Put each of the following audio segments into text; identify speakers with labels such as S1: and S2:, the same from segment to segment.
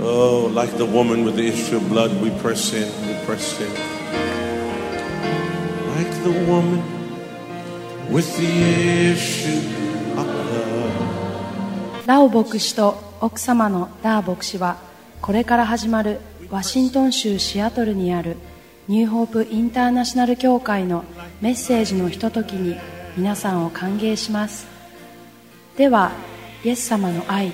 S1: Oh, like the woman with the issue of blood, we press in, we press in. Like the woman with the issue of blood.
S2: ラオ牧師と奥様のダー牧師はこれから始まるワシントン州シアトルにあるニューホープインターナショナル協会のメッセージのひとときに皆さんを歓迎しますではイエス様の愛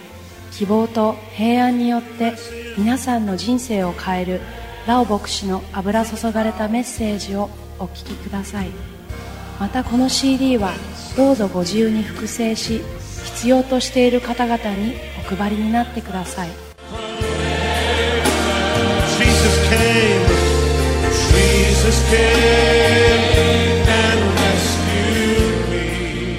S2: 希望と平安によって皆さんの人生を変えるラオ牧師の油注がれたメッセージをお聞きくださいまたこの CD はどうぞご自由に複製し必要としている方々にお配りになってください
S1: Jesus came, Jesus came and rescued me.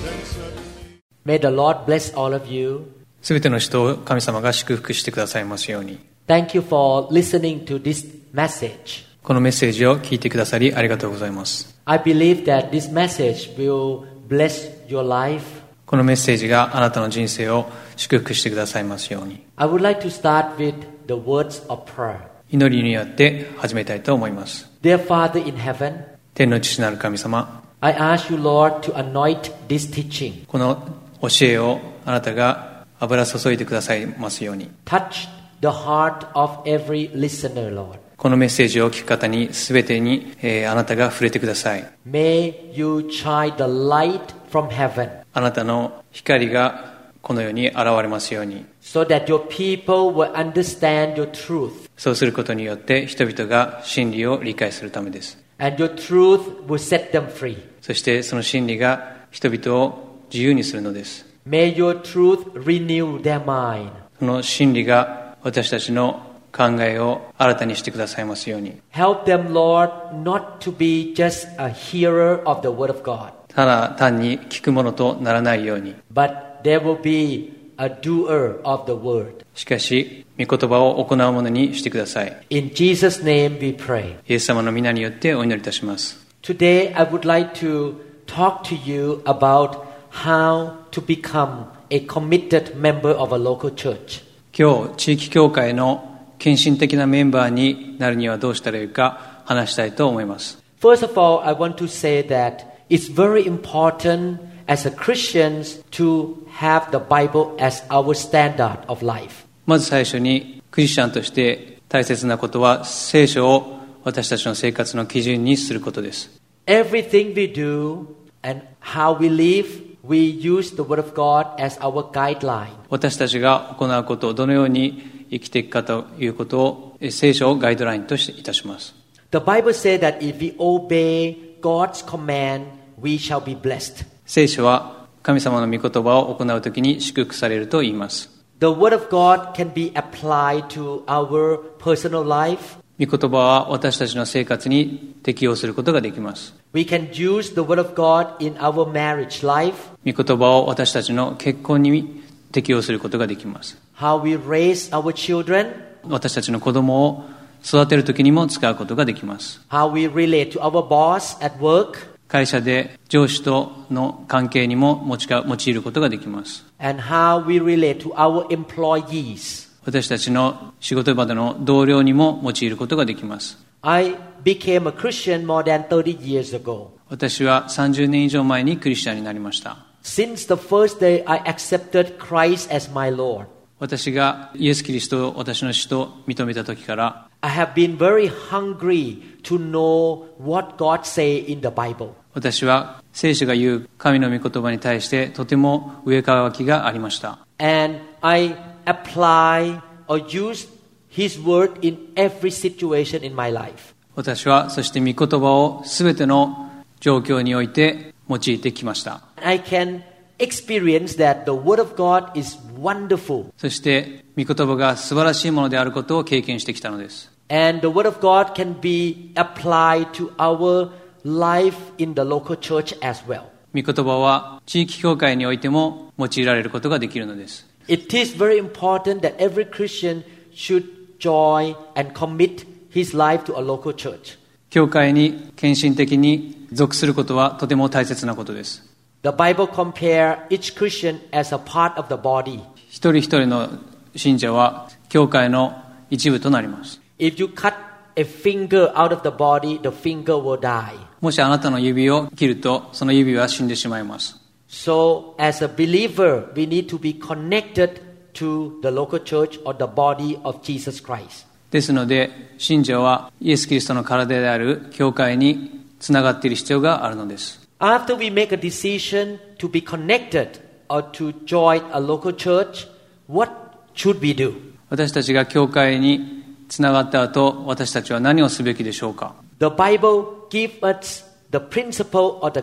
S1: Then suddenly-
S3: May the Lord bless all of you.
S4: すべての人を神様が祝福してくださいますように。
S3: Thank you for listening to this message.
S4: このメッセージを聞いてくださりありがとうございます。
S3: I believe that this message will bless your life.
S4: このメッセージがあなたの人生を祝福してくださいますように。
S3: I would like to start with the words of prayer.
S4: 祈りによって始めたいと思います。
S3: Dear Father in heaven,
S4: 天の父なる神様、
S3: I ask you, Lord, to anoint this teaching.
S4: この教えをあなたが油注いでくださいますように。
S3: Touch the heart of every listener, Lord.
S4: このメッセージを聞く方に全てに、えーあなたが触れてください。
S3: May you shine the light from heaven
S4: あなたの光がこの世に現れますように。
S3: so that your people will understand your truth
S4: そうすることによって人々が真理を理解するためです。
S3: and your truth will set them free.
S4: そしてその真理が人々を自由にするのです。
S3: May your truth renew their mind.
S4: その真理が私たちの考えを新たにしてくださいますように。
S3: Help them, Lord, not to be just a hearer of the Word of God,
S4: ただ単に聞くものとならないように。
S3: but they will be a doer of the Word.
S4: しかし、御言葉を行うものにしてください。
S3: In Jesus' name we pray.
S4: イエス様の皆によってお祈りいたします。
S3: Today I would like to talk to you about how to become a committed member of a local church.
S4: 今日、地域協会の献身的なメンバーになるにはどうしたらよいか話したいと思います。
S3: First of all, I want to say that it's very important as a Christians to have the Bible as our standard of life.
S4: まず最初にクリスチャンとして大切なことは聖書を私たちの生活の基準にすることです
S3: Everything we do and how we live, we use the Word of God as our guideline.
S4: 私たちが行うことをどのように生きていくかということをえ聖書をガイドラインとしていたします
S3: The Bible says that if we obey God's command, we shall be blessed.
S4: 聖書は神様の御言葉を行うときに祝福されると言います
S3: The Word of God can be applied to our personal life.
S4: 御言葉は私たちの生活に適用することができます
S3: We can use the Word of God in our marriage life,
S4: 御言葉を私たちの結婚に適用することができます
S3: how we raise our children,
S4: 私たちの子供を育てるときにも使うことができます
S3: how we relate to our boss at work,
S4: 会社で上司との関係にも持ちか用いることができます
S3: and how we relate to our employees.
S4: 私たちの仕事場での同僚にも用いることができます
S3: I became a Christian more than 30 years ago.
S4: 私は30年以上前にクリスチャンになりました
S3: Since the first day I accepted Christ as my Lord,
S4: 私がイエス・キリストを私の主と認めた時から
S3: I have been very hungry to know what God say in the Bible.
S4: 私は聖書が言う神の御言葉に対してとても上かわきがありました
S3: and I apply or use His word in every situation in my life.
S4: 私はそして御言葉を全ての状況において用いてきました
S3: I can experience that the word of God is wonderful
S4: そして御言葉が素晴らしいものであることを経験してきたのです
S3: and the word of God can be applied to our life in the local church as well.
S4: 御言葉は地域協会においても用いられることができるのです
S3: It is very important that every Christian should join and commit his life to a local church.
S4: 教会に献身的に属することはとても大切なことです
S3: The Bible compare each Christian as a part of the body.
S4: 一人一人の信者は教会の一部となります。
S3: If you cut a finger out of the body, the finger will die.
S4: もしあなたの指を切ると、その指は死んでしまいます。
S3: So, as a believer, we need to be connected to the local church or the body of Jesus Christ.
S4: ですので、信者はイエス・キリストの体である教会につながっている必要があるのです。
S3: After we make a decision to be connected or to join a local church, what should we do?
S4: 私たちが教会につながった後、私たちは何をすべきでしょうか
S3: The Bible gives us the principle or the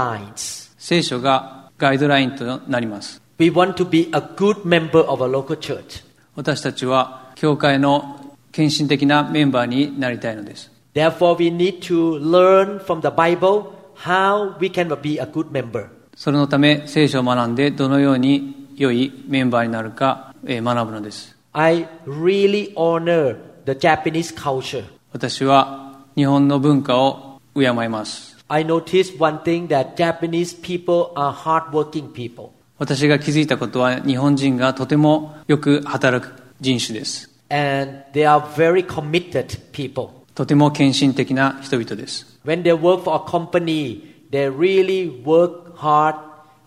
S3: guidelines.
S4: 聖書がガイドラインとなります。
S3: We want to be a good member of a local church.
S4: 私たちは教会の献身的なメンバーになりたいのです。
S3: Therefore, we need to learn from the Bible how we can be a good member.
S4: それのため聖書を学んでどのように良いメンバーになるかえー学ぶのです
S3: I really honor the Japanese culture.
S4: 私は日本の文化を敬います
S3: I noticed one thing that Japanese people are hardworking people.
S4: 私が気づいたことは日本人がとてもよく働く人種です
S3: and they are very committed people.
S4: とても献身的な人々です
S3: When they work for a company, they really work hard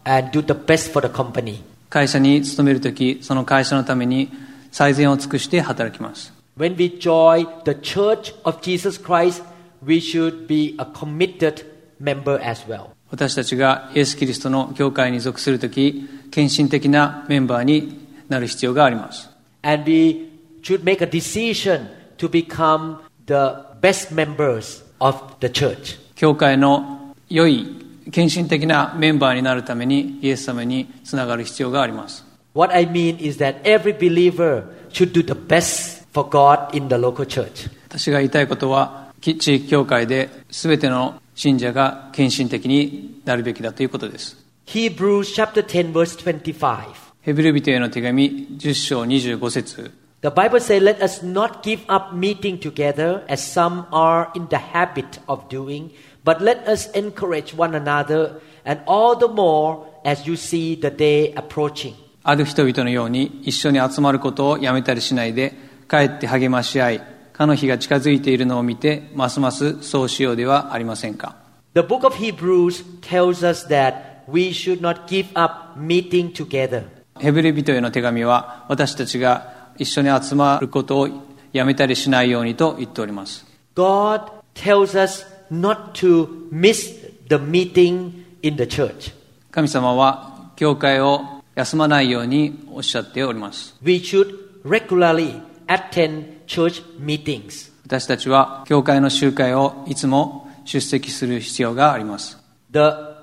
S3: and do the best for the company.
S4: 会社に勤めるときその会社のために最善を尽くして働きます
S3: When we join the Church of Jesus Christ, we should be a committed member as well.
S4: 私たちがイエス・キリストの教会に属するとき献身的なメンバーになる必要があります
S3: And we should make a decision to become the best members of the church.
S4: 教会の良い献身的なメンバーになるためにイエス様につながる必要があります
S3: What I mean is that every believer should do the best for God in the local church.
S4: 私が言いたいことはき地域教会で全ての信者が献身的になるべきだということです
S3: Hebrews chapter 10 verse 25.
S4: ヘブル人への手紙10章25節
S3: The Bible says, let us not give up meeting together as some are in the habit of doing, but let us encourage one another and all the more as you see the day approaching.
S4: ある人々のように一緒に集まることをやめたりしないで帰って励まし合いかの日が近づいているのを見てますますそうしようではありませんか
S3: The book of Hebrews tells us that we should not give up meeting together.
S4: ヘブル人への手紙は私たちが一緒に集まることをやめたりしないようにと言っております
S3: God tells us not to miss the meeting in the church.
S4: 神様は教会を休まないようにおっしゃっております
S3: We should regularly attend church meetings.
S4: 私たちは教会の集会をいつも出席する必要があります
S3: the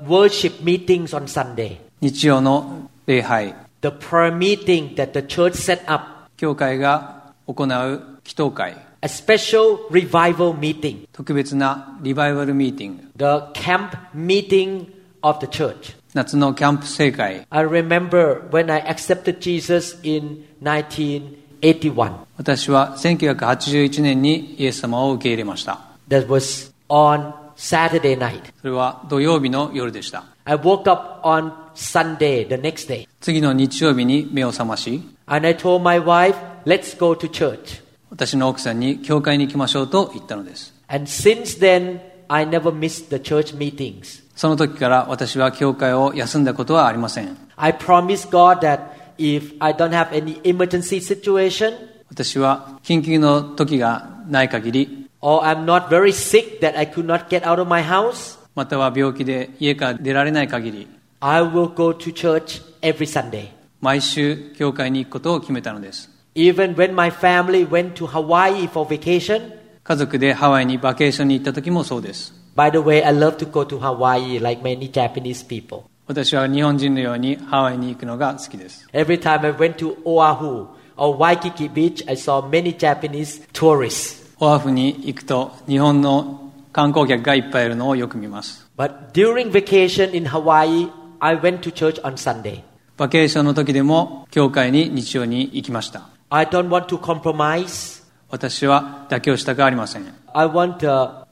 S3: worship meetings on Sunday,
S4: 日曜の礼拝
S3: the prayer meeting that the church set up,
S4: 教会が行う祈祷会
S3: a special revival meeting,
S4: 特別なリバイバルミーティング
S3: the camp meeting of the church.
S4: 夏のキャンプ盛会
S3: I remember when I accepted Jesus in 1981.
S4: 私は1981年にイエス様を受け入れました
S3: That was on Saturday night.
S4: それは土曜日の夜でした
S3: I woke up on Sunday the next day
S4: 次の日曜日に目を覚まし
S3: and I told my wife, let's go to church.
S4: 私の奥さんに教会に行きましょうと言ったのです
S3: And since then, I never missed the church meetings.
S4: その時から私は教会を休んだことはありません
S3: I promise God that if I don't have any emergency situation
S4: 私は緊急の時がない限り
S3: or I'm not very sick that I could not get out of my house,
S4: または病気で家から出られない限り
S3: I will go to church every Sunday.
S4: 毎週教会に行くことを決めたのです
S3: Even when my family went to Hawaii for vacation,
S4: 家族でハワイにバケーションに行った時もそうです
S3: by the way, I love to go to Hawaii like many Japanese people.
S4: 私は日本人のようにハワイに行くのが好きです
S3: Every time I went to Oahu or Waikiki Beach, I saw many Japanese tourists.
S4: オアフに行くと日本の観光客がいっぱいいるのをよく見ます
S3: But during vacation in Hawaii, I went to church on Sunday.
S4: バケーションの時でも教会に日曜に行きました
S3: I don't want to compromise.
S4: 私は妥協したくありません
S3: I want the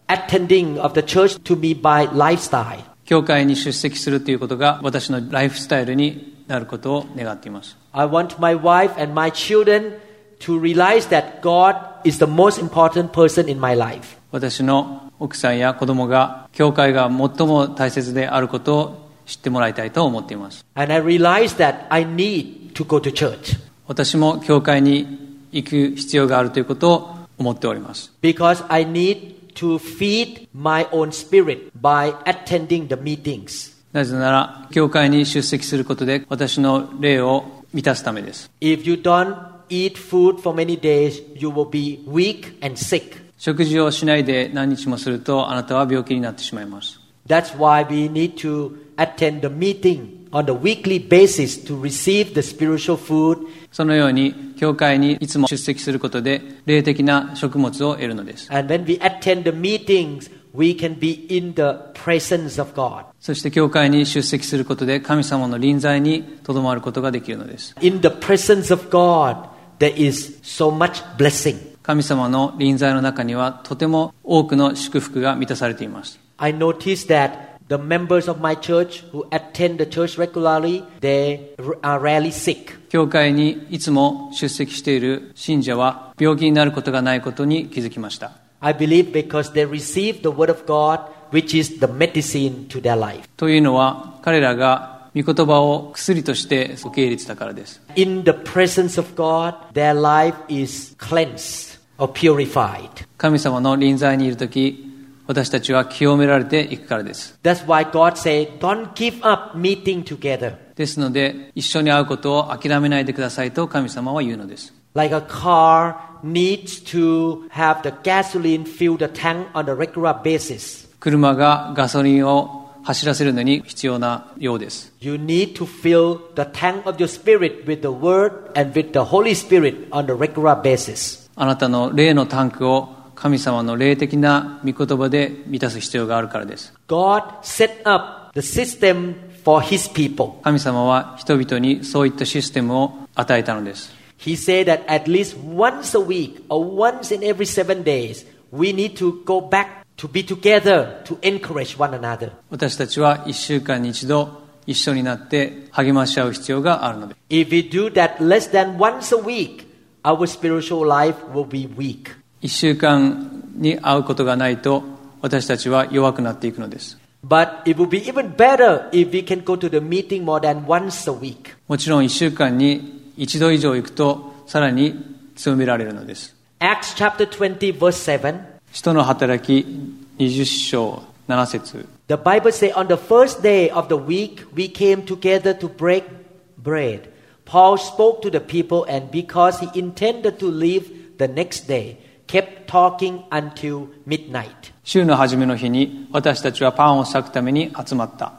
S3: attending of the church to be my lifestyle.
S4: 教会に出席するということが私のライフスタイルになることを願っています
S3: I want my wife and my children to realize that God is the most important person in my life.
S4: 私の奥さんや子供が教会が最も大切であることを知ってもらいたいと思っています
S3: And I realize that I need to go to church
S4: 私も教会に行く必要があるということを思っております
S3: because I need to feed my own spirit by attending the meetings.
S4: なぜなら教会に出席することで私の霊を満たすためです
S3: If you don't eat food for many days, you will be weak and sick.
S4: 食事をしないで何日もするとあなたは病気になってしまいます
S3: That's why we need to attend the meeting on a weekly basis to receive the spiritual food
S4: そのように教会にいつも出席することで霊的な食物を得るのです
S3: And when we attend the meetings, we can be in the presence of God,
S4: そして教会に出席することで神様の臨在にとどまることができるのです
S3: in the presence of God, there is so much blessing.
S4: 神様の臨在の中にはとても多くの祝福が満たされています
S3: I noticed that the members of my church who attend the church regularly, they r- are rarely sick.
S4: 教会にいつも出席している信者は病気になることがないことに気づきました
S3: I believe because they receive the word of God, which is the medicine to their life.
S4: というのは彼らが御言葉を薬として受け入れてたからです
S3: In the presence of God, their life is cleansed or purified.
S4: 神様の臨在にいる時私たちは清められていくからです
S3: That's why God said, don't give up meeting together.
S4: ですので一緒に会うことを諦めないでくださいと神様は言うのです
S3: Like a car needs to have the gasoline fill the tank on a regular basis.
S4: 車がガソリンを走らせるのに必要なようです
S3: You need to fill the tank of your spirit with the Word and with the Holy Spirit on a regular basis.
S4: あなたの霊のタンクを神様の霊的な御言葉で満たす必要があるからです
S3: God set up the system for His people.
S4: 神様は人々にそういったシステムを与えたのです
S3: He said that at least once a week or once in every seven days, we need to go back to be together to encourage one another.
S4: 私たちは1週間に一度一緒になって励まし合う必要があるのです
S3: If we do that less than once a week, our spiritual life will be weak.
S4: 1週間に会うことがないと私たちは弱くなっていくのです
S3: But it would be even better if we can go to the meeting more than once a week.
S4: もちろん1週間に一度以上行くとさらに強められるのです
S3: Acts chapter 20, verse 7.
S4: 人の働き20章7節
S3: The Bible says, On the first day of the week, we came together to break bread. Paul spoke to the people, and because he intended to leave the next day, kept talking until midnight.
S4: 週の初めの日に私たちはパンを裂くために集まった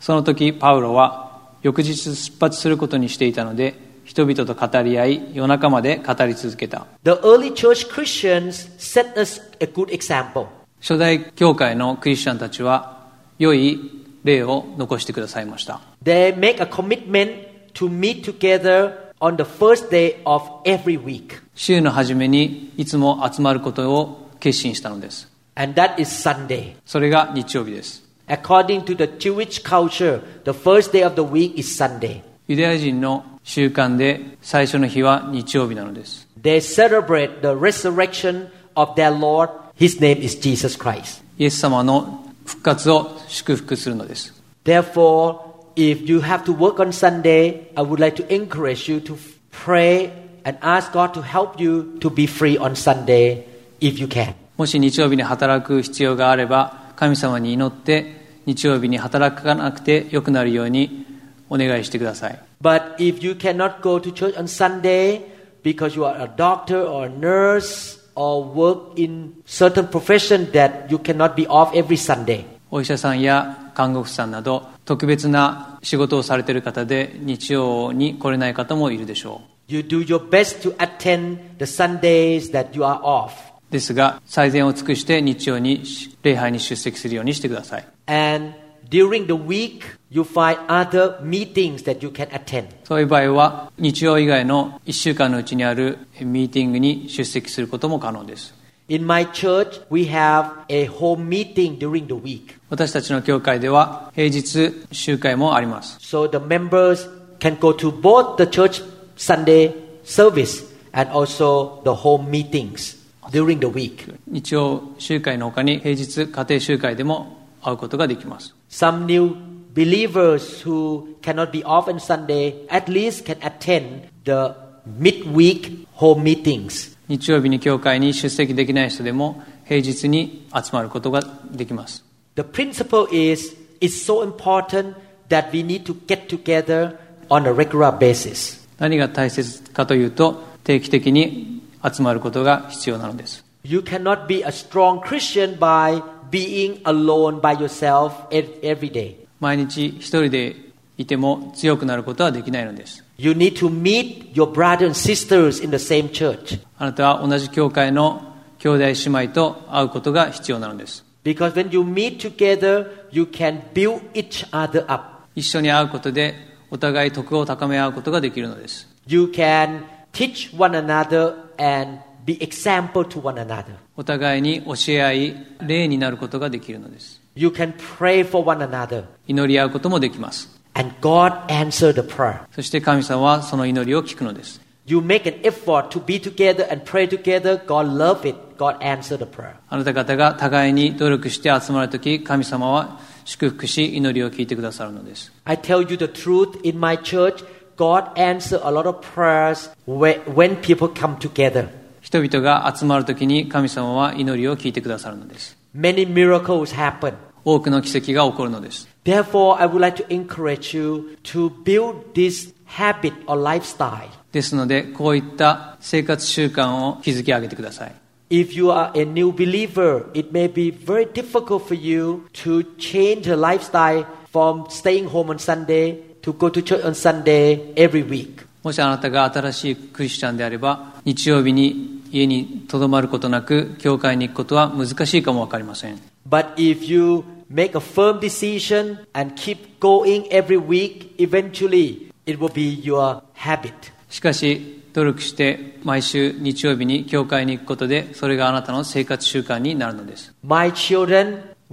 S4: その時パウロは翌日出発することにしていたので人々と語り合い夜中まで語り続けた
S3: The early church Christians set us a good example.
S4: 初代教会のクリスチャンたちは良い例を残してくださいました
S3: They make a commitment to meet together on the first day of every week,
S4: 週の初めにいつも集まることを決心したのです
S3: and that is Sunday.
S4: それが日曜日です
S3: According to the Jewish culture, the first day of the week is Sunday.
S4: ユダヤ人の習慣で最初の日は日曜日なのです
S3: They celebrate the resurrection of their Lord. His name is Jesus Christ.
S4: イエス様の復活を祝福するのです
S3: Therefore, if you have to work on Sunday, I would like to encourage you to pray and ask God to help you to be free on Sunday if you can.
S4: もし日曜日に働く必要があれば神様に祈って日曜日に働かなくて良くなるようにお願いしてください
S3: But if you cannot go to church on Sunday because you are a doctor or a nurse or work in certain profession that you cannot be off every Sunday,
S4: お医者さんや看護婦さんなど特別な仕事をされている方で日曜に来れない方もいるでしょ
S3: you do your best to attend the Sundays that you are off.
S4: うですが最善を尽くして日曜に礼拝に出席するようにしてください
S3: And during the week, you find other meetings that you can attend.
S4: そういう場合は日曜以外の1週間のうちにあるミーティングに出席することも可能です
S3: In my church, we have a home meeting during the week.
S4: 私たちの教会では平日集会もあります
S3: So the members can go to both the church Sunday service and also the home meetings during the week.
S4: 日曜集会の他に平日家庭集会でも会うことができます
S3: Some new believers who cannot be off on Sunday at least can attend the midweek home meetings.
S4: 日曜日に教会に出席できない人でも平日に集まることができます
S3: The principle is it's so important that we need to get together on a regular basis.
S4: 何が大切かというと定期的に集まることが必要なのです
S3: You cannot be a strong Christian by being alone by yourself ev- every day.
S4: 毎日一人でいても強くなることはできないのです
S3: You need to meet your brothers and sisters in the same church.
S4: あなたは同じ教会の兄弟姉妹と会うことが必要なのです
S3: Because when you meet together, you can build each other up.
S4: 一緒に会うことでお互い徳を高め合うことができるのです
S3: You can teach one another and be example to one another.
S4: お互いに教え合い霊になることができるのです
S3: You can pray for one another.
S4: 祈り合うこともできます
S3: And God answer the prayer.
S4: そして神様はその祈りを聞くのです
S3: You make an effort to be together and pray together. God love it. God answer the prayer.
S4: あなた方が互いに努力して集まるとき神様は祝福し祈りを聞いてくださるのです
S3: I tell you the truth in my church, God answer a lot of prayers whe- when people come together.
S4: 人々が集まるときに神様は祈りを聞いてくださるのです
S3: Many miracles happen.
S4: 多くの奇跡が起こるのです
S3: Therefore, I would like to encourage you to build this habit or lifestyle.
S4: ですのでこういった生活習慣を築き上げてください
S3: If you are a new believer, it may be very difficult for you to change the lifestyle from staying home on Sunday to go to church on Sunday every week.
S4: もしあなたが新しいクリスチャンであれば日曜日に家にとどまることなく教会に行くことは難しいかもわかりません
S3: But if you make a firm decision and keep going every week, eventually it will be your habit.
S4: しかし努力して毎週日曜日に教会に行くことでそれがあなたの生活習慣になるのです
S3: My children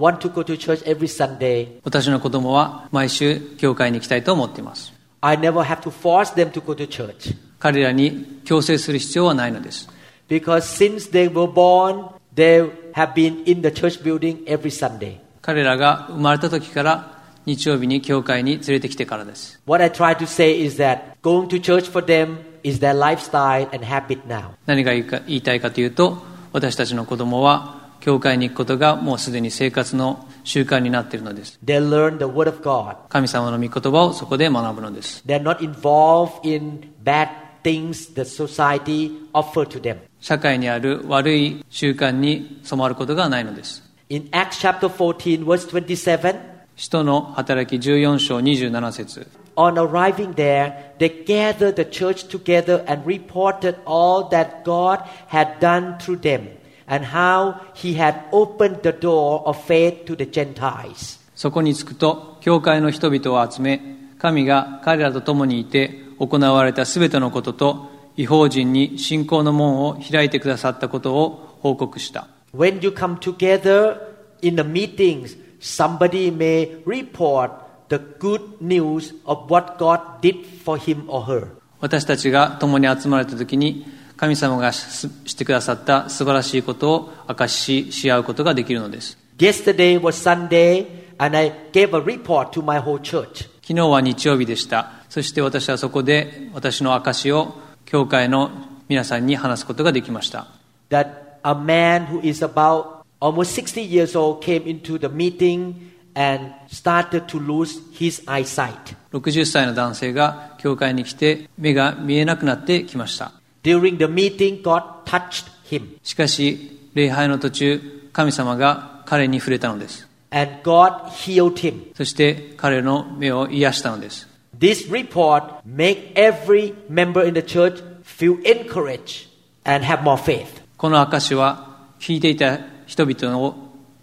S3: want to go to church every Sunday.
S4: 私の子供は毎週教会に行きたいと思っています
S3: I never have to force them to go to church
S4: 彼らに強制する必要はないのです
S3: because since they were born, they have been in the church building every Sunday.
S4: 彼らが生まれた時から日曜日に教会に連れてきてからです
S3: What I try to say is that going to church for them is their lifestyle and habit now.
S4: 何が言いか言いたいかというと私たちの子供は教会に行くことがもうすでに生活の習慣になっているのです
S3: They learn the Word of God.
S4: 神様の御言葉をそこで学ぶのです
S3: They're not involved in bad things the society offer to them.
S4: 社会にある悪い習慣に染まることがないのです
S3: In Acts chapter 14, verse 27,
S4: 使徒の働き14章27節
S3: on arriving there, they gathered the church together and reported all that God had done through them and how he had opened the door of faith to the Gentiles.
S4: そこに着くと教会の人々を集め神が彼らと共にいて行われたすべてのことと違法人に信仰の門を開いてくださったことを報告した
S3: When you come together in the meetings, somebody may report the good news of what God did for him or her.
S4: 私たちが共に集まれた時に神様がししてくださった素晴らしいことを証しし合うことができるのです
S3: Yesterday was Sunday, and I gave a report to my whole church.
S4: 昨日は日曜日でしたそして私はそこで私の証を教会の皆さんに話すことができました
S3: that a man who is about almost 60 years old came into the meeting and started to lose his eyesight.
S4: 60歳の男性が教会に来て目が見えなくなってきました
S3: During the meeting, God touched him,
S4: しかし礼拝の途中神様が彼に触れたのです
S3: and God healed him.
S4: そして彼の目を癒したのです
S3: This report make every member in the church feel encouraged and have more faith.
S4: この証は聞いていた人々を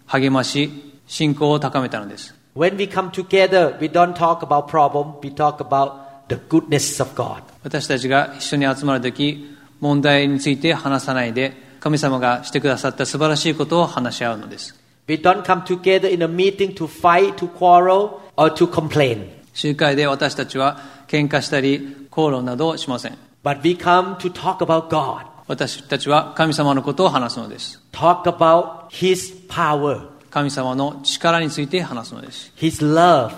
S4: 励まし信仰を高めたのです
S3: When we come together, we don't talk about problem, we talk about the goodness of God.
S4: 私たちが一緒に集まる時問題について話さないで神様がしてくださった素晴らしいことを話し合うのです
S3: We don't come together in a meeting to fight, to quarrel, or to complain.
S4: 集会で私たちは喧嘩したり口論などをしません
S3: But we come to talk about God,
S4: 私たちは神様のことを話すのです
S3: talk about His power,
S4: 神様の力について話すのです
S3: His love,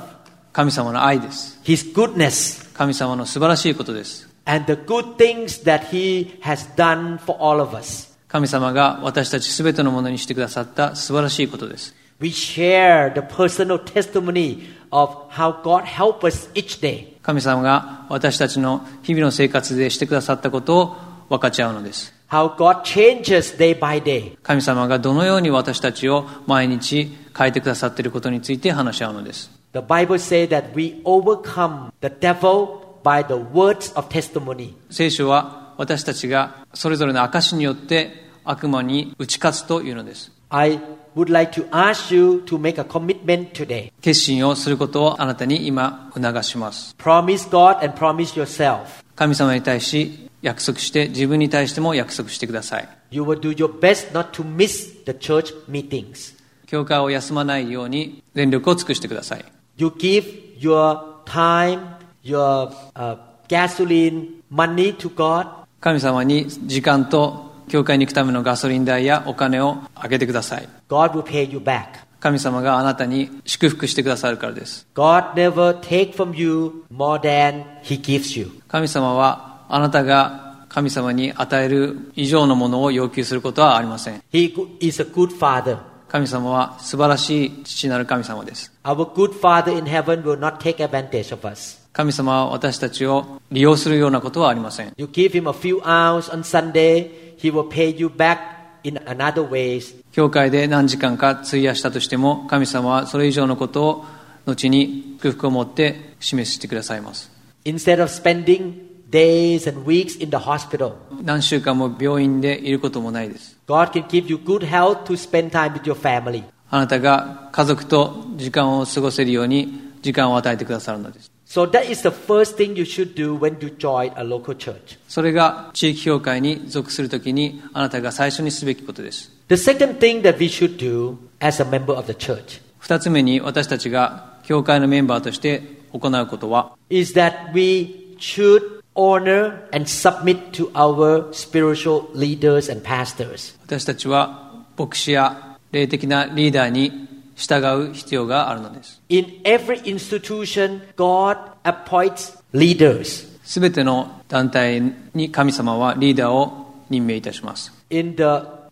S4: 神様の愛です
S3: His goodness,
S4: 神様の素晴らしいことです
S3: and the good things that He has done for all of us.
S4: 神様が私たち全てのものにしてくださった素晴らしいことです
S3: We share the personal testimony of how God helped us each day.
S4: 神様が私たちの日々の生活でしてくださったことを分かち合うのです
S3: How God changes day by day.
S4: 神様がどのように私たちを毎日変えてくださっていることについて話し合うのです
S3: The Bible says that we overcome the devil by the words of testimony.
S4: 聖書は私たちがそれぞれの証によって悪魔に打ち勝つというのです
S3: I would like to ask you to make a commitment today.
S4: 決心をすることをあなたに今促します
S3: Promise God and promise yourself.
S4: 神様に対し約束して自分に対しても約束してください
S3: You will do your best not to miss the church meetings.
S4: 教会を休まないように全力を尽くしてください
S3: You give your time, your uh, gasoline, money to God.
S4: 神様に時間と教会に行くためのガソリン代やお金をあげてください
S3: God will pay you back.
S4: 神様があなたに祝福してくださるからです
S3: God never take from you more than He gives you.
S4: 神様はあなたが神様に与える以上のものを要求することはありません
S3: He go- is a good father.
S4: 神様は素晴らしい父なる神様です
S3: Our good father in heaven will not take advantage of us.
S4: 神様は私たちを利用するようなことはありません
S3: You give him a few hours on Sunday, he will pay you back in another ways.
S4: 教会で何時間か費やしたとしても神様はそれ以上のことを後に祝福を持って示してくださいます
S3: Instead of spending days and weeks in the hospital,
S4: 何週間も病院でいることもないです
S3: God can give you good health to spend time with your family.
S4: あなたが家族と時間を過ごせるように時間を与えてくださるのです
S3: So that is the first thing you should do when you join a local church.
S4: それが地域協会に属するときにあなたが最初にすべきことです
S3: The second thing that we should do as a member of the church
S4: 二つ目に私たちが教会のメンバーとして行うことは
S3: is that we should honor and submit to our spiritual leaders and pastors.
S4: 私たちは牧師や霊的なリーダーに従う必要があるのです
S3: In every institution, God appoints leaders.
S4: すべての団体に神様はリーダーを任命いたします
S3: In the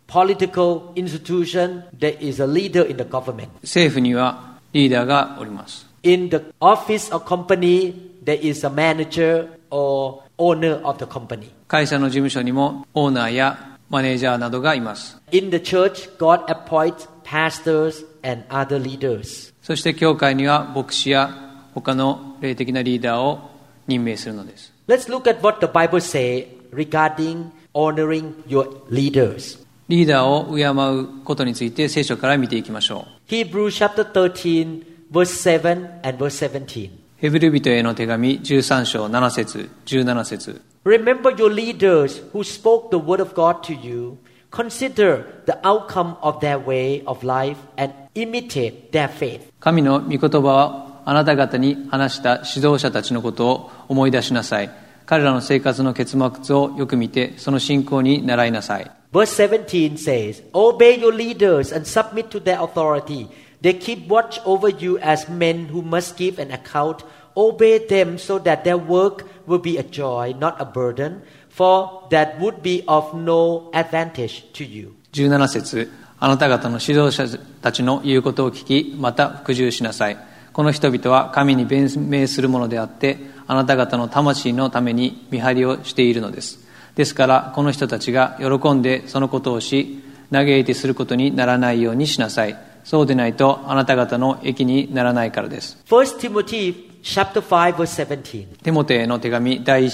S3: political institution, there is a leader in the government.
S4: 政府にはリーダーがおります
S3: In the office or company, there is a manager or owner of the company.
S4: 会社の事務所にもオーナーやマネージャーなどがいます
S3: In the church, God appoints pastors and other leaders.
S4: そして教会には牧師や他の霊的なリーダーを任命するのです
S3: Let's look at what the Bible says regarding honoring your leaders.
S4: リーダーを敬うことについて聖書から見ていきましょう
S3: Hebrews chapter 13, verse 7 and verse 17.
S4: ヘブル人への手紙13章7節17節
S3: Remember your leaders who spoke the word of God to you. Consider the outcome of their way of life and imitate their faith.
S4: 神の御言葉はあなた方に話した指導者たちのことを思い出しなさい彼らの生活の結末をよく見てその信仰に習いなさい
S3: Verse 17 says, Obey your leaders and submit to their authority. They keep watch over you as men who must give an account. Obey them so that their work will be a joy, not a burden, for that would be of no advantage to you.
S4: 17節あなた方の指導者たちの言うことを聞きまた服従しなさいこの人々は神に弁明するものであってあなた方の魂のために見張りをしているのですですからこの人たちが喜んでそのことをし嘆いてすることにならないようにしなさいそうでないとあなた方の益にならないからです
S3: First Timothy chapter 5 verse 17.
S4: テモテへの手紙第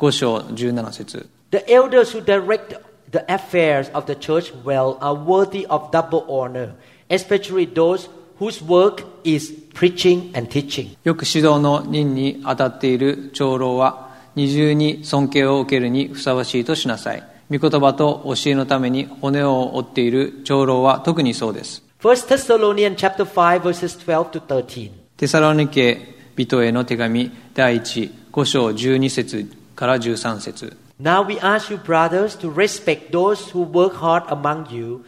S4: 15章17節
S3: The elders who direct the affairs of the church well are worthy of double honor, especially those whose work is preaching and teaching.
S4: よく指導の任に当たっている長老は二重に尊敬を受けるにふさわしいとしなさい御言葉と教えのために骨を折っている長老は特にそうです
S3: First Thessalonians chapter 5 verses 12 to 13.
S4: テサロニケビトへの手紙第15章12節から13節
S3: Now we ask you, brothers, to respect those who work hard among you,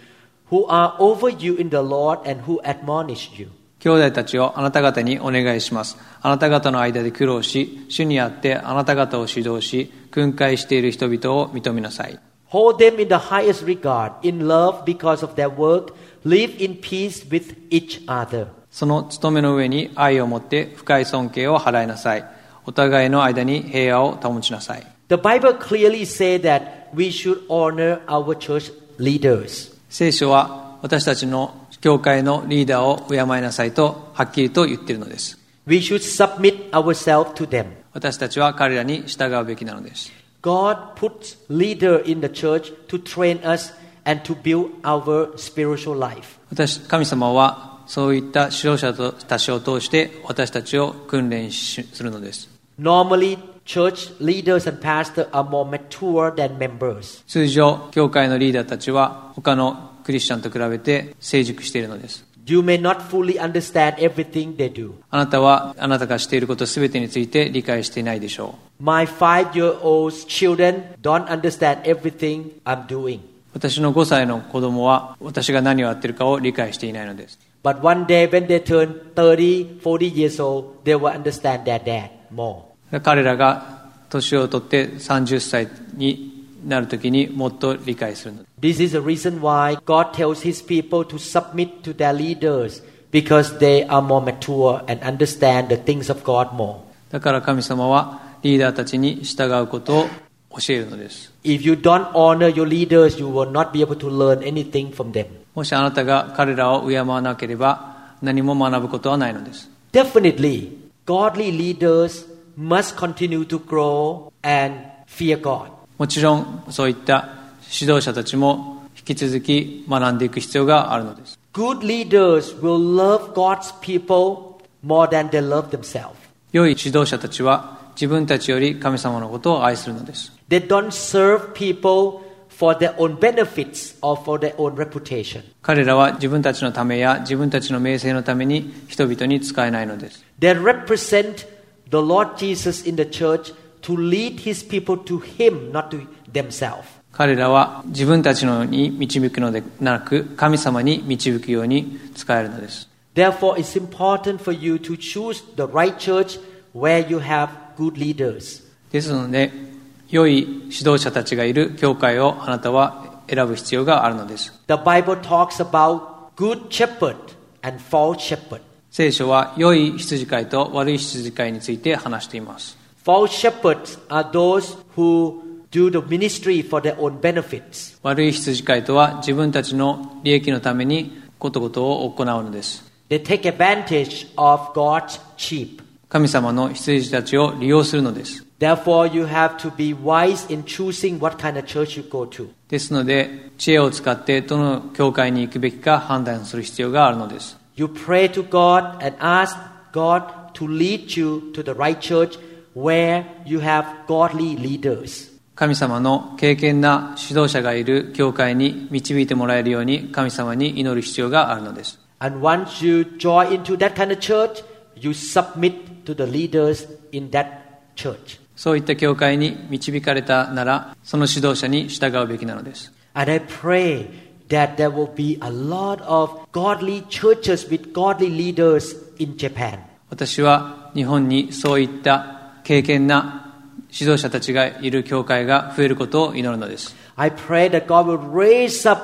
S3: who are over you in the Lord, and who admonish you.
S4: 兄弟たちをあなた方にお願いしますあなた方の間で苦労し主にあってあなた方を指導し訓戒している人々を認めなさい
S3: Hold them in the highest regard, in love because of their work. Live in peace with each other.
S4: その務めの上に愛を持って深い尊敬を払いなさいお互いの間に平和を保ちなさい
S3: The Bible clearly says that we should honor our church leaders.
S4: 聖書は私たちの教会のリーダーを敬いなさいとはっきりと言っているのです
S3: We should submit ourselves to them.
S4: 私たちは彼らに従うべきなのです
S3: God puts leader in the church to train us and to build our spiritual life.
S4: 私神様はそういった指導者とたちを通して私たちを訓練しするのです
S3: Normally, church leaders and pastors are more mature than members.
S4: 通常教会のリーダーたちは他のクリスチャンと比べて成熟しているのです
S3: You may not fully understand everything they do.
S4: あなたはあなたがしていること全てについて理解していないでしょう
S3: My five year old children don't understand everything I'm doing.
S4: 私の5歳の子供は私が何をやってるかを理解していないのです
S3: But one day when they turn 30, 40 years old, they will understand their dad more.
S4: 彼らが年を取って30歳になるときにもっと理解するのです
S3: This is the reason why God tells his people to submit to their leaders because they are more mature and understand the things of God more.
S4: だから神様はリーダーたちに従うことを教えるのです
S3: If you don't honor your leaders, you will not be able to learn anything from them.
S4: もしあなたが彼らを敬わなければ何も学ぶことはないのです
S3: Definitely, godly leaders must continue to grow and fear God.
S4: もちろんそういった指導者たちも引き続き学んでいく必要があるのです
S3: Good leaders will love God's people more than they love themselves.
S4: 良い指導者たちは自分たちより神様のことを愛するのです
S3: They don't serve people for their own benefits or for their own reputation.
S4: 彼らは自分たちのためや自分たちの名声のために人々に使えないのです
S3: They represent the Lord Jesus in the church to lead his people to him, not to themselves.
S4: 彼らは自分たちのに導くのでなく神様に導くように使えるのです
S3: Therefore, it's important for you to choose the right church where you have good leaders.
S4: ですので良い指導者たちがいる教会をあなたは選ぶ必要があるのです
S3: The Bible talks about good shepherd and false shepherd.
S4: 聖書は良い羊飼いと悪い羊飼いについて話しています
S3: False shepherds are those who do the ministry for their own benefits.
S4: 悪い羊飼いとは自分たちの利益のためにことごとを行うのです
S3: They take advantage of God's sheep.
S4: 神様の羊たちを利用するのです
S3: Therefore, you have to be wise in choosing what kind of church you go to.
S4: ですので知恵を使ってどの教会に行くべきか判断する必要があるのです
S3: You pray to God and ask God to lead you to the right church where you have godly leaders.
S4: 神様の敬虔な指導者がいる教会に導いてもらえるように神様に祈る必要があるのです
S3: And once you join into that kind of church, you submit to the leaders in that church.
S4: そういった教会に導かれたならその指導者に従うべきなのです
S3: And I pray that there will be a lot of godly churches with godly leaders in Japan.
S4: 私は日本にそういった敬虔な指導者たちがいる教会が増えることを祈るのです
S3: I pray that God will raise up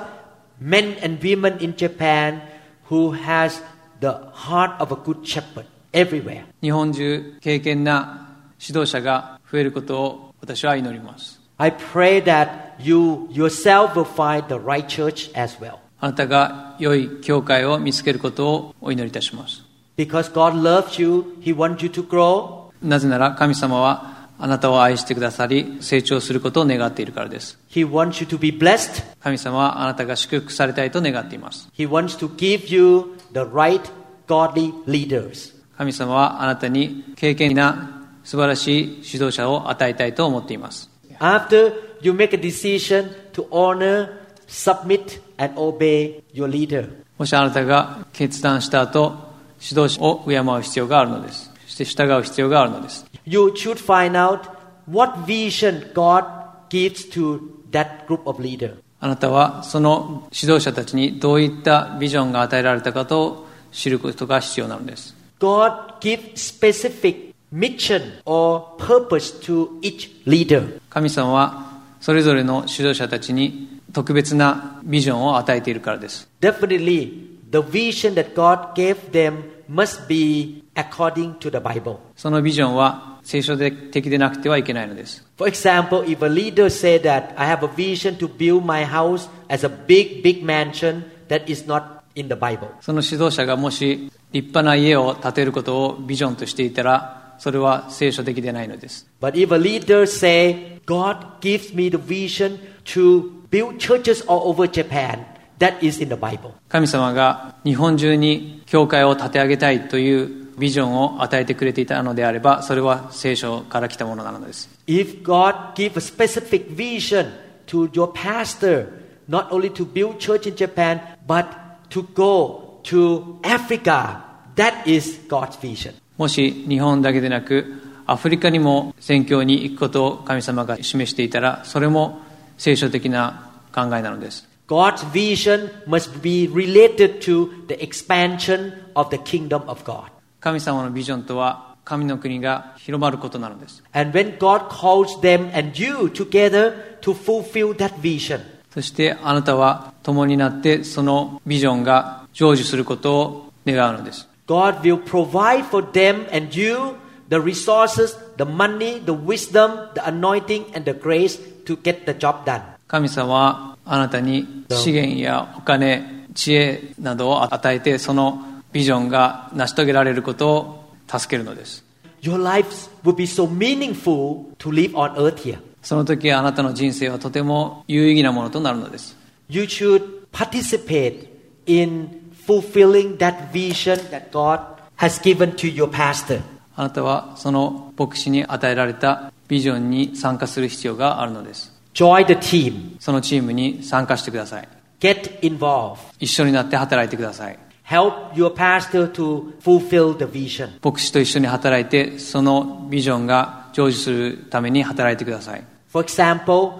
S3: men and women in Japan who has the heart of a good shepherd everywhere.
S4: 日本中敬虔な指導者が増えることを私は祈ります
S3: I pray that you yourself will find the right church as well.
S4: あなたが良い教会を見つけることをお祈りいたします
S3: Because God loves you, He wants you to grow,
S4: なぜなら神様はあなたを愛してくださり成長することを願っているからです
S3: He wants you to be blessed,
S4: 神様はあなたが祝福されたいと願っています
S3: He wants to give you the right godly leaders.
S4: 神様はあなたに敬虔な素晴らしい指導者を与えたいと思っています
S3: After you make a decision to honor, submit, and obey your leader,
S4: もしあなたが決断した後指導者を敬う必要があるのですしして従う必要があるのです。
S3: You should find out what vision God gives to that group of leader.
S4: あなたはその指導者たちにどういったビジョンが与えられたかと知ることが必要なのです。
S3: God gives specific mission or purpose to each leader.
S4: 神様はそれぞれの指導者たちに特別なビジョンを与えているからです。
S3: Definitely, the vision that God gave them must be according to the Bible.
S4: そのビジョンは聖書的でなくてはいけないのです。
S3: For example, if a leader said that I have a vision to build my house as a big, big mansion, that is not in the Bible.
S4: その指導者がもし立派な家を建てることをビジョンとしていたら、それは聖書的でないのです。
S3: But if a leader say, God gives me the vision to build churches all over Japan, that is in the Bible.
S4: 神様が日本中に教会を立て上げたいというビジョンを与えてくれていたのであれば、それは聖書から来たものなのです。
S3: If God give a specific vision to your pastor, not only to build church in Japan, but to go to Africa, that is God's vision.
S4: もし日本だけでなく、アフリカにも宣教に行くことを神様が示していたら、それも聖書的な考えなのです。
S3: God's vision must be related to the expansion of the kingdom of God.
S4: 神様のビジョンとは、神の国が広まることなのです。
S3: And when God calls them and you together to fulfill that vision,
S4: そしてあなたは共になってそのビジョンが成就することを願うのです。
S3: God will provide for them and you the resources, the money, the wisdom, the anointing, and the grace to get the job done.
S4: 神様はあなたに資源やお金、知恵などを与えてそのビジョンが成し遂げられることを助けるのです。
S3: Your lives will be so meaningful to live on earth here.
S4: その時あなたの人生はとても有意義なものとなるのです。
S3: You should participate in fulfilling that vision that God has given to your pastor.
S4: あなたはその牧師に与えられたビジョンに参加する必要があるのです。
S3: Join the team.
S4: そのチームに参加してください。
S3: Get involved.
S4: 一緒になって働いてください。
S3: Help your pastor to fulfill the vision.
S4: 牧師と一緒に働いてそのビジョンが成就するために働いてください
S3: For example,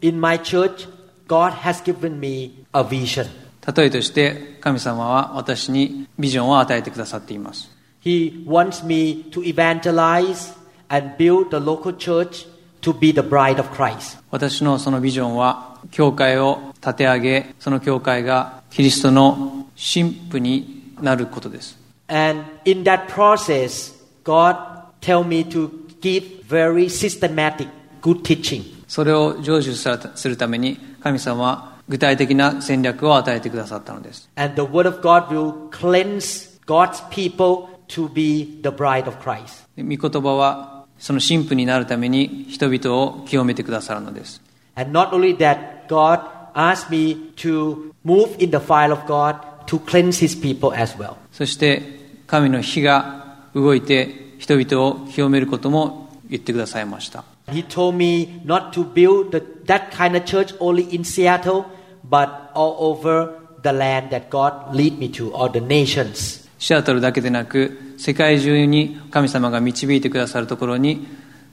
S3: in my church, God has given me a vision.
S4: 例えとして神様は私にビジョンを与えてくださっています
S3: He wants me to evangelize and build the local church to be the bride of Christ.
S4: 私のそのビジョンは教会を立て上げその教会がキリストの神父になることです
S3: And in that process, God tell me to give very systematic good teaching.
S4: それを成就さするために神様は具体的な戦略を与えてくださったのです
S3: And the word of God will cleanse God's people to be the bride of Christ.
S4: で御言葉はその神父になるために人々を清めてくださるのです
S3: And not only that, God asked me to move in the file of God to cleanse his people as well.
S4: そして神の火が動いて人々を清めることも言ってくださいました
S3: He told me not to build the, that kind of church only in Seattle, but all over the land that God lead me to, or the nations.
S4: シアトルだけでなく世界中に神様が導いてくださるところに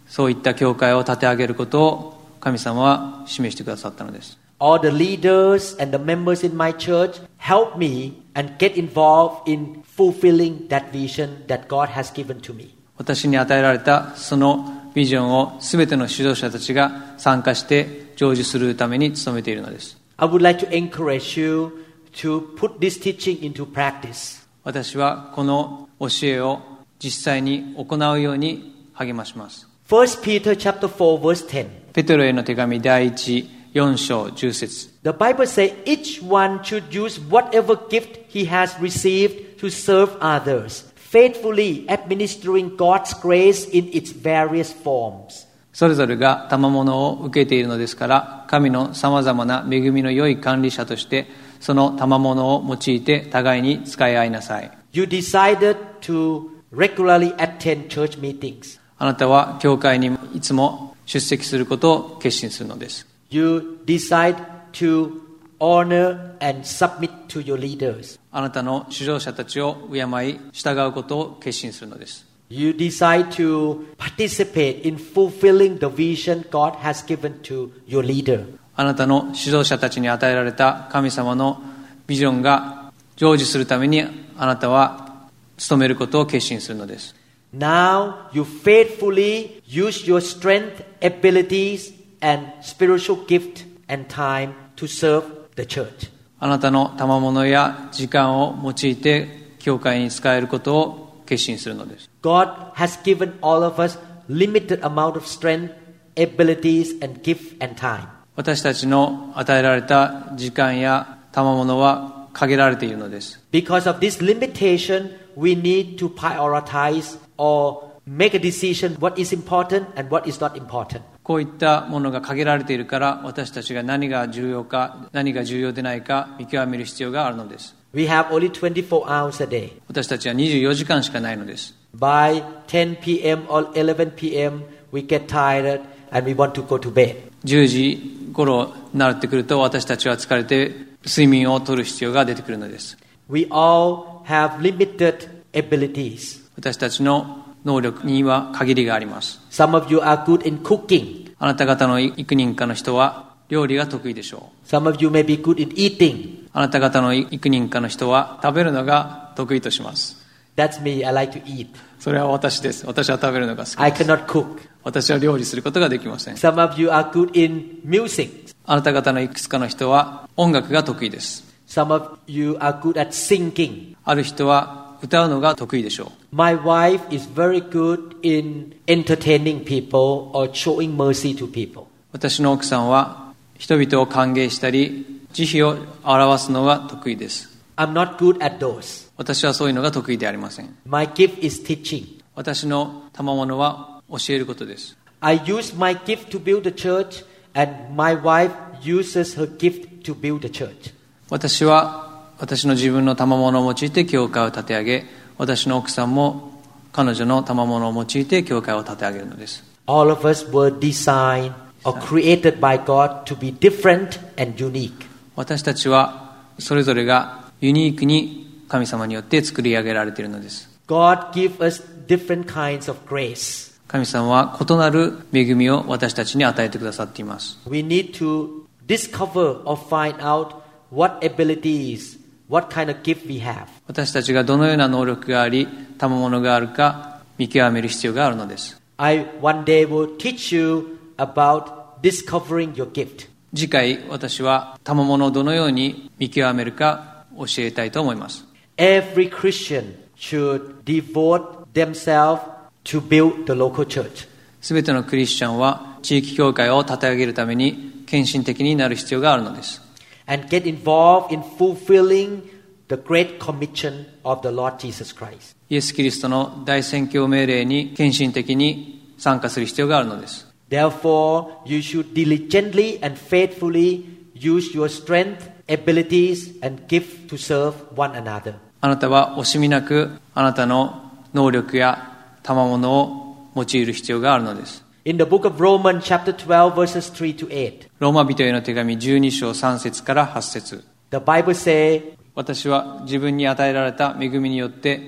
S4: そういった教会を立て上げることを神様は示してくださったのです
S3: All the leaders and the members in my church help me and get involved in fulfilling that vision that God has given to me.
S4: 私に与えられたそのビジョンを全ての指導者たちが参加して成就するために努めているのです
S3: I would like to encourage you to put this teaching into practice.
S4: 私はこの教えを実際に行うように励まします
S3: First Peter chapter 4 verse 10.
S4: ペテロへの手紙第14章10節
S3: The Bible says each one should use whatever gift he has received to serve others, faithfully administering God's grace in its various forms.
S4: それぞれが賜物を受けているのですから神のさまざまな恵みの良い管理者としてその賜物を用いて互いに使い合いなさい
S3: You decided to regularly attend church meetings.
S4: あなたは教会にいつも出席することを決心するのです
S3: You decide to honor and submit to your leaders.
S4: あなたの指導者たちを敬い従うことを決心するのです
S3: You decide to participate in fulfilling the vision God has given to your leader.
S4: あなたの指導者たちに与えられた神様のビジョンが成就するためにあなたは努めることを決心するのです
S3: Now you faithfully use your strength, abilities, and spiritual gift and time to serve the church.
S4: あなたの賜物や時間を用いて教会に使えることを決心するのです
S3: God has given all of us limited amount of strength, abilities, and gift and time.
S4: 私たちの与えられた時間や賜物は限られているのです
S3: Because of this limitation, we need to prioritize or make a decision what is important and what is not important.
S4: こういったものが限られているから私たちが何が重要か何が重要でないか見極める必要があるのです
S3: We have only 24 hours a day.
S4: 私たちは24時間しかないのです
S3: By 10 p.m. or 11 p.m., we get tired and we want to go to bed.
S4: 10時頃になってくると私たちは疲れて睡眠をとる必要が出てくるのです
S3: We all have limited abilities.
S4: 私たちの能力には限りがあります
S3: Some of you are good in cooking.
S4: あなた方の幾人かの人は料理が得意でしょ
S3: Some of you may be good in eating.
S4: うあなた方の幾人かの人は食べるのが得意とします
S3: That's me. I like to eat.
S4: それは私です私は食べるのが好き
S3: I
S4: です
S3: cannot cook.
S4: 私は料理することができません
S3: Some of you are good in music.
S4: あなた方のいくつかの人は音楽が得意です
S3: Some of you are good at singing.
S4: ある人は歌うのが得意でしょう
S3: My wife is very good in entertaining people or showing mercy to people.
S4: 私の奥さんは人々を歓迎したり慈悲を表すのが得意です
S3: I'm not good at those.
S4: 私はそういうのが得意でありません
S3: My gift is teaching.
S4: 私の賜物は教えることです
S3: I use my gift to build the church, and my wife uses her gift to build the church.
S4: 私は私の自分の賜物を用いて教会を立て上げ私の奥さんも彼女の賜物を用いて教会を立て上げるのです
S3: All of us were designed or created by God to be different and unique.
S4: 私たちはそれぞれがユニークに神様によって作り上げられているのです
S3: God gives us different kinds of grace.
S4: 神様は異なる恵みを私たちに与えてくださっています
S3: We need to discover or find out what abilities, what kind of gift we have.
S4: 私たちがどのような能力があり賜物があるか見極める必要があるのです
S3: I one day will teach you about discovering your gift.
S4: 次回私は賜物をどのように見極めるか教えたいと思います
S3: Every Christian should devote themselves to build the local church.
S4: すべてのクリスチャンは地域教会を立て上げるために献身的になる必要があるのです
S3: and get involved in fulfilling the great commission of the Lord Jesus Christ.
S4: イエス・キリストの大宣教命令に献身的に参加する必要があるのです
S3: Therefore, you should diligently and faithfully use your strength, abilities, and gift to serve one another.
S4: あなたは惜しみなくあなたの能力や賜物を用いる必要があるのです
S3: In the book of Romans, chapter 12, verses 3 to 8,
S4: ローマ人への手紙12章3節から8節
S3: the Bible says,
S4: 私は自分に与えられた恵みによって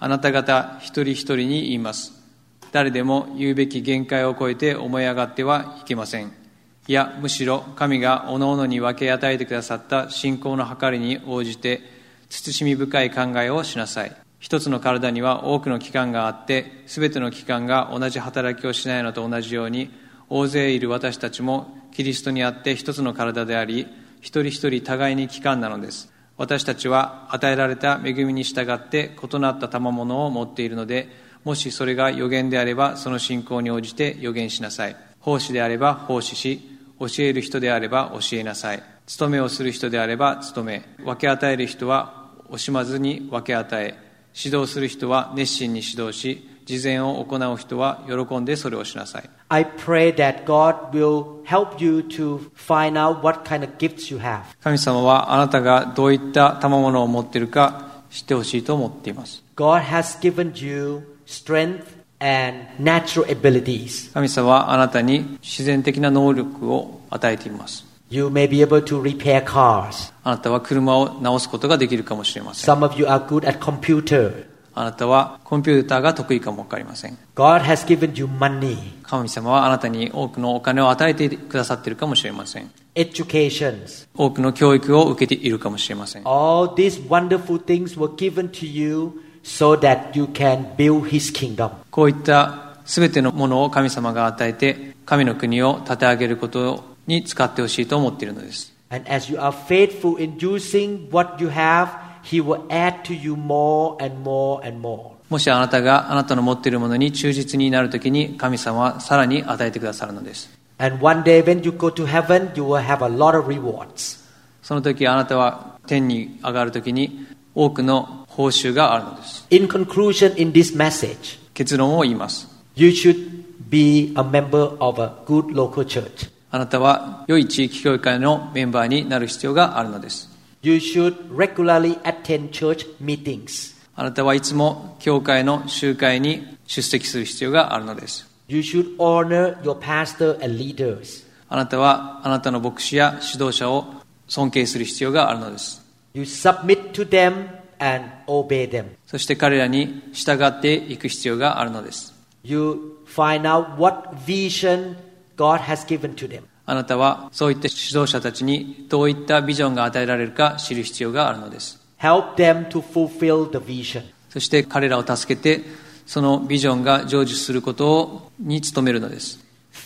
S4: あなた方一人一人に言います誰でも言うべき限界を超えて思い上がってはいけませんいやむしろ神がおのおのに分け与えてくださった信仰の計りに応じて慎み深い考えをしなさい一つの体には多くの器官があって全ての器官が同じ働きをしないのと同じように大勢いる私たちもキリストにあって一つの体であり一人一人互いに器官なのです私たちは与えられた恵みに従って異なった賜物を持っているのでもしそれが予言であればその信仰に応じて予言しなさい奉仕であれば奉仕し教える人であれば教えなさい務めをする人であれば務め分け与える人は惜しまずに分け与え指導する人は熱心に指導し事前を行う人は喜んでそれをしなさい
S3: I pray that God will help you to find out what kind of gifts you have.
S4: 神様はあなたがどういった賜物を持っているか知ってほしいと思っています
S3: God has given you strength and natural abilities.
S4: 神様はあなたに自然的な能力を与えています
S3: You may be able to repair cars.
S4: あなたは車を直すことができるかもしれません
S3: Some of you are good at computer.
S4: ああなたはコンピューターが得意かもわかりません
S3: God has given you money,
S4: 神様はあなたに多くのお金を与えてくださっているかもしれません
S3: educations.
S4: 多くの教育を受けているかもしれません
S3: All these wonderful things were given to you so that you can build His kingdom.
S4: こういった全てのものを神様が与えて神の国を立て上げることに使ってほしいと思っているのです
S3: And as you are faithful in using what you have, He will add to you more and more and more.
S4: もしあなたがあなたの持っているものに忠実になるときに神様はさらに与えてくださるのです
S3: And one day when you go to heaven, you will have a lot of rewards.
S4: その時あなたは天に上がるときに多くの報酬があるのです
S3: In conclusion, in this message,
S4: 結論を言います
S3: you should be a member of a good local church.
S4: あなたは良い地域教会のメンバーになる必要があるのです
S3: You should regularly attend church meetings.
S4: あなたはいつも教会の集会に出席する必要があるのです
S3: You should honor your pastor and leaders.
S4: あなたはあなたの牧師や指導者を尊敬する必要があるのです
S3: You submit to them and obey them.
S4: そして彼らに従っていく必要があるのです
S3: You find out what vision God has given to them.
S4: あなたはそういった指導者たちにどういったビジョンが与えられるか知る必要があるのです
S3: Help them to fulfill the vision.
S4: そして彼らを助けてそのビジョンが成就することに努めるのです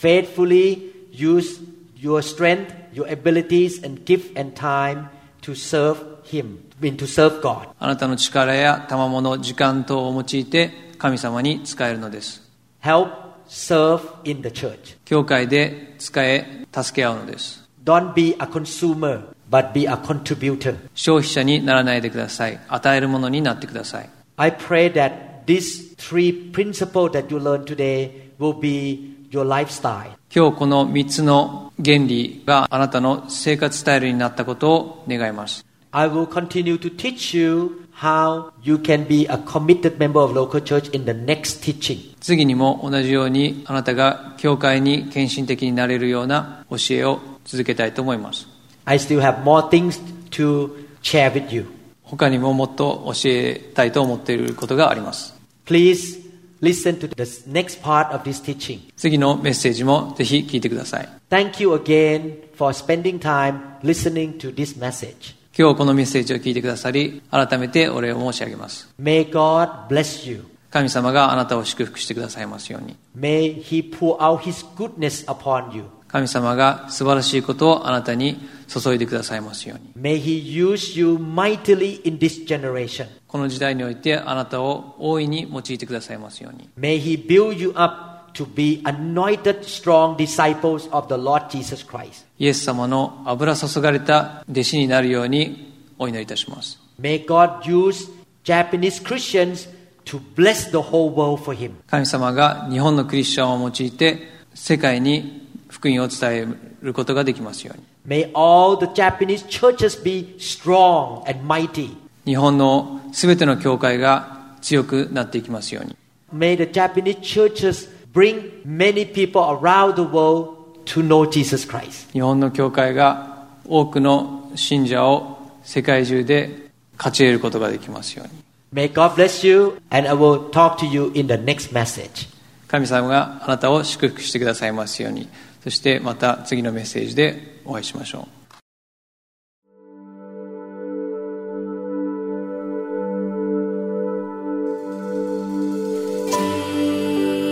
S3: Faithfully use your strength, your abilities, and gift and time to serve Him, I mean, to serve God.
S4: あなたの力や賜物時間等を用いて神様に使えるのです
S3: Help serve in the church.
S4: 教会で使え助け合うのです
S3: Don't be a consumer, but be a contributor.
S4: 消費者にならないでください与えるものになってください
S3: I pray that these three principles that you learned today will be your lifestyle.
S4: 今日この3つの原理があなたの生活スタイルになったことを願います
S3: I will continue to teach you how you can be a committed member of local church in the next teaching.
S4: 次にも同じようにあなたが教会に献身的になれるような教えを続けたいと思います
S3: I still have more things to share with you.
S4: 他にももっと教えたいと思っていることがあります
S3: Please listen to the next part of this teaching.
S4: 次のメッセージもぜひ聞いてください
S3: Thank you again for spending time listening to this message.
S4: 今日このメッセージを聞いてくださり改めてお礼を申し上げます
S3: May God bless you.
S4: 神様があなたを祝福してくださいますように
S3: May He pour out His goodness upon you.
S4: 神様が素晴らしいことをあなたに注いでくださいますように
S3: May He use you mightily in this generation.
S4: この時代においてあなたを大いに用いてくださいますように
S3: May He build you up to be anointed, strong disciples of the Lord Jesus Christ.
S4: イエス様の油注がれた弟子になるようにお祈りいたします
S3: May God use Japanese Christians to bless the whole world for Him.
S4: 神様が日本のクリスチャンを用いて世界に福音を伝えることができますように
S3: May all the Japanese churches be strong and mighty.
S4: 日本のすべての教会が強くなっていきますように
S3: May the Japanese churches bring many people around the world to know Jesus Christ.
S4: 日本の教会が多くの信者を世界中で勝ち得ることができますように
S3: May God bless you, and I will talk to you in the next message.
S4: 神様があなたを祝福してくださいますようにそしてまた次のメッセージでお会いしましょう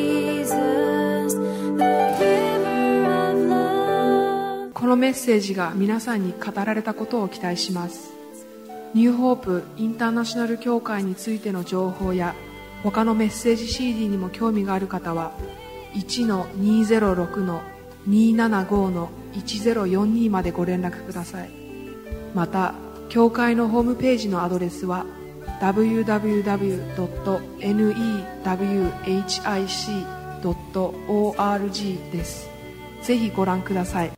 S5: Jesus, the giver of love.
S6: このメッセージが皆さんに語られたことを期待しますニューホープインターナショナル協会についての情報や他のメッセージ CD にも興味がある方は1-206-275-1042までご連絡くださいまた協会のホームページのアドレスは www.newhic.org ですぜひご覧ください